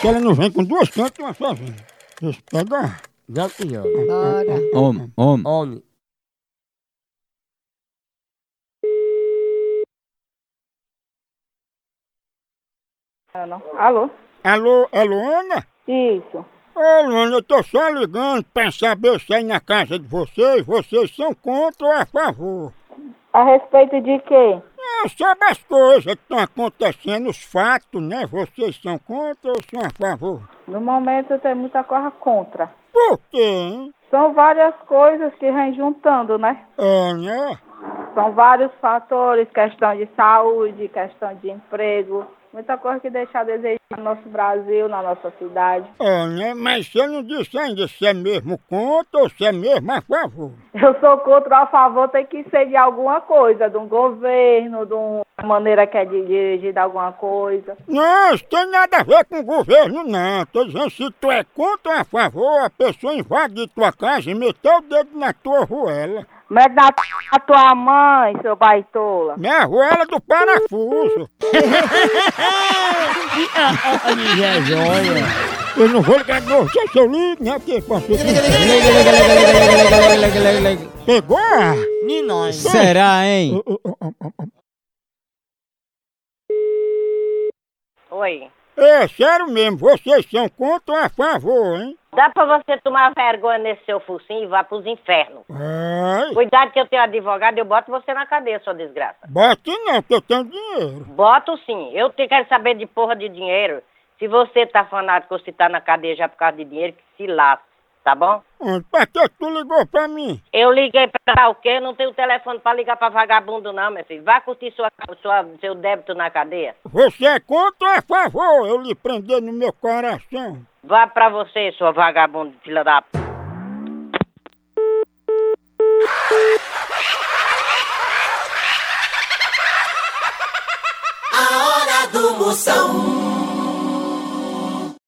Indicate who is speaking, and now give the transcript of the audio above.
Speaker 1: se ela não vem com duas cantas e uma sozinha. Isso pega.
Speaker 2: Já que olha.
Speaker 3: Bora.
Speaker 4: Homem, homem.
Speaker 2: Homem.
Speaker 5: Alô?
Speaker 1: Alô, é Luana?
Speaker 5: Isso.
Speaker 1: Ô, Luana, eu tô só ligando pra saber se aí na casa de vocês, vocês são contra ou a favor.
Speaker 5: A respeito de quê?
Speaker 1: É sobre as coisas que estão acontecendo, os fatos, né? Vocês são contra ou são a favor?
Speaker 5: No momento tem muita coisa contra.
Speaker 1: Por quê, hein?
Speaker 5: São várias coisas que vem juntando, né?
Speaker 1: É, né?
Speaker 5: São vários fatores, questão de saúde, questão de emprego, muita coisa que deixa a desejar no nosso Brasil, na nossa cidade.
Speaker 1: É, né? Mas você não disse ainda se é mesmo contra ou se é mesmo a favor.
Speaker 5: Eu sou contra a favor, tem que ser de alguma coisa, de um governo, de uma maneira que é de- dirigida alguma coisa.
Speaker 1: Não, isso tem nada a ver com o governo, não. Tô dizendo, se tu é contra ou a favor, a pessoa invade tua casa e meteu o dedo na tua ruela.
Speaker 5: Mete na p... a tua mãe, seu baitola.
Speaker 1: Minha ruela do parafuso.
Speaker 2: É joia.
Speaker 1: Eu não vou ligar de novo, já se eu ligo, né? Porque passou que... Pegou?
Speaker 2: Ni nós.
Speaker 4: Será, hein?
Speaker 1: Ô, ô, ô, ô, ô.
Speaker 6: Oi.
Speaker 1: É sério mesmo, vocês são contra ou a favor, hein?
Speaker 6: Dá pra você tomar vergonha nesse seu focinho e vá pros infernos.
Speaker 1: Ai,
Speaker 6: Cuidado que eu tenho advogado, eu boto você na cadeia, sua desgraça.
Speaker 1: bote não, que eu tenho dinheiro.
Speaker 6: Boto sim. Eu te quero saber de porra de dinheiro. Se você tá fanático ou se tá na cadeia já por causa de dinheiro, que se lasque, tá bom?
Speaker 1: Onde? Pra que tu ligou pra mim?
Speaker 6: Eu liguei pra o quê? Não tenho telefone pra ligar pra vagabundo não, meu filho. Vá curtir sua, sua- seu débito na cadeia.
Speaker 1: Você é contra ou a favor? Eu lhe prender no meu coração.
Speaker 6: Vá pra você, sua vagabundo, filha da p...
Speaker 7: A hora do Moção.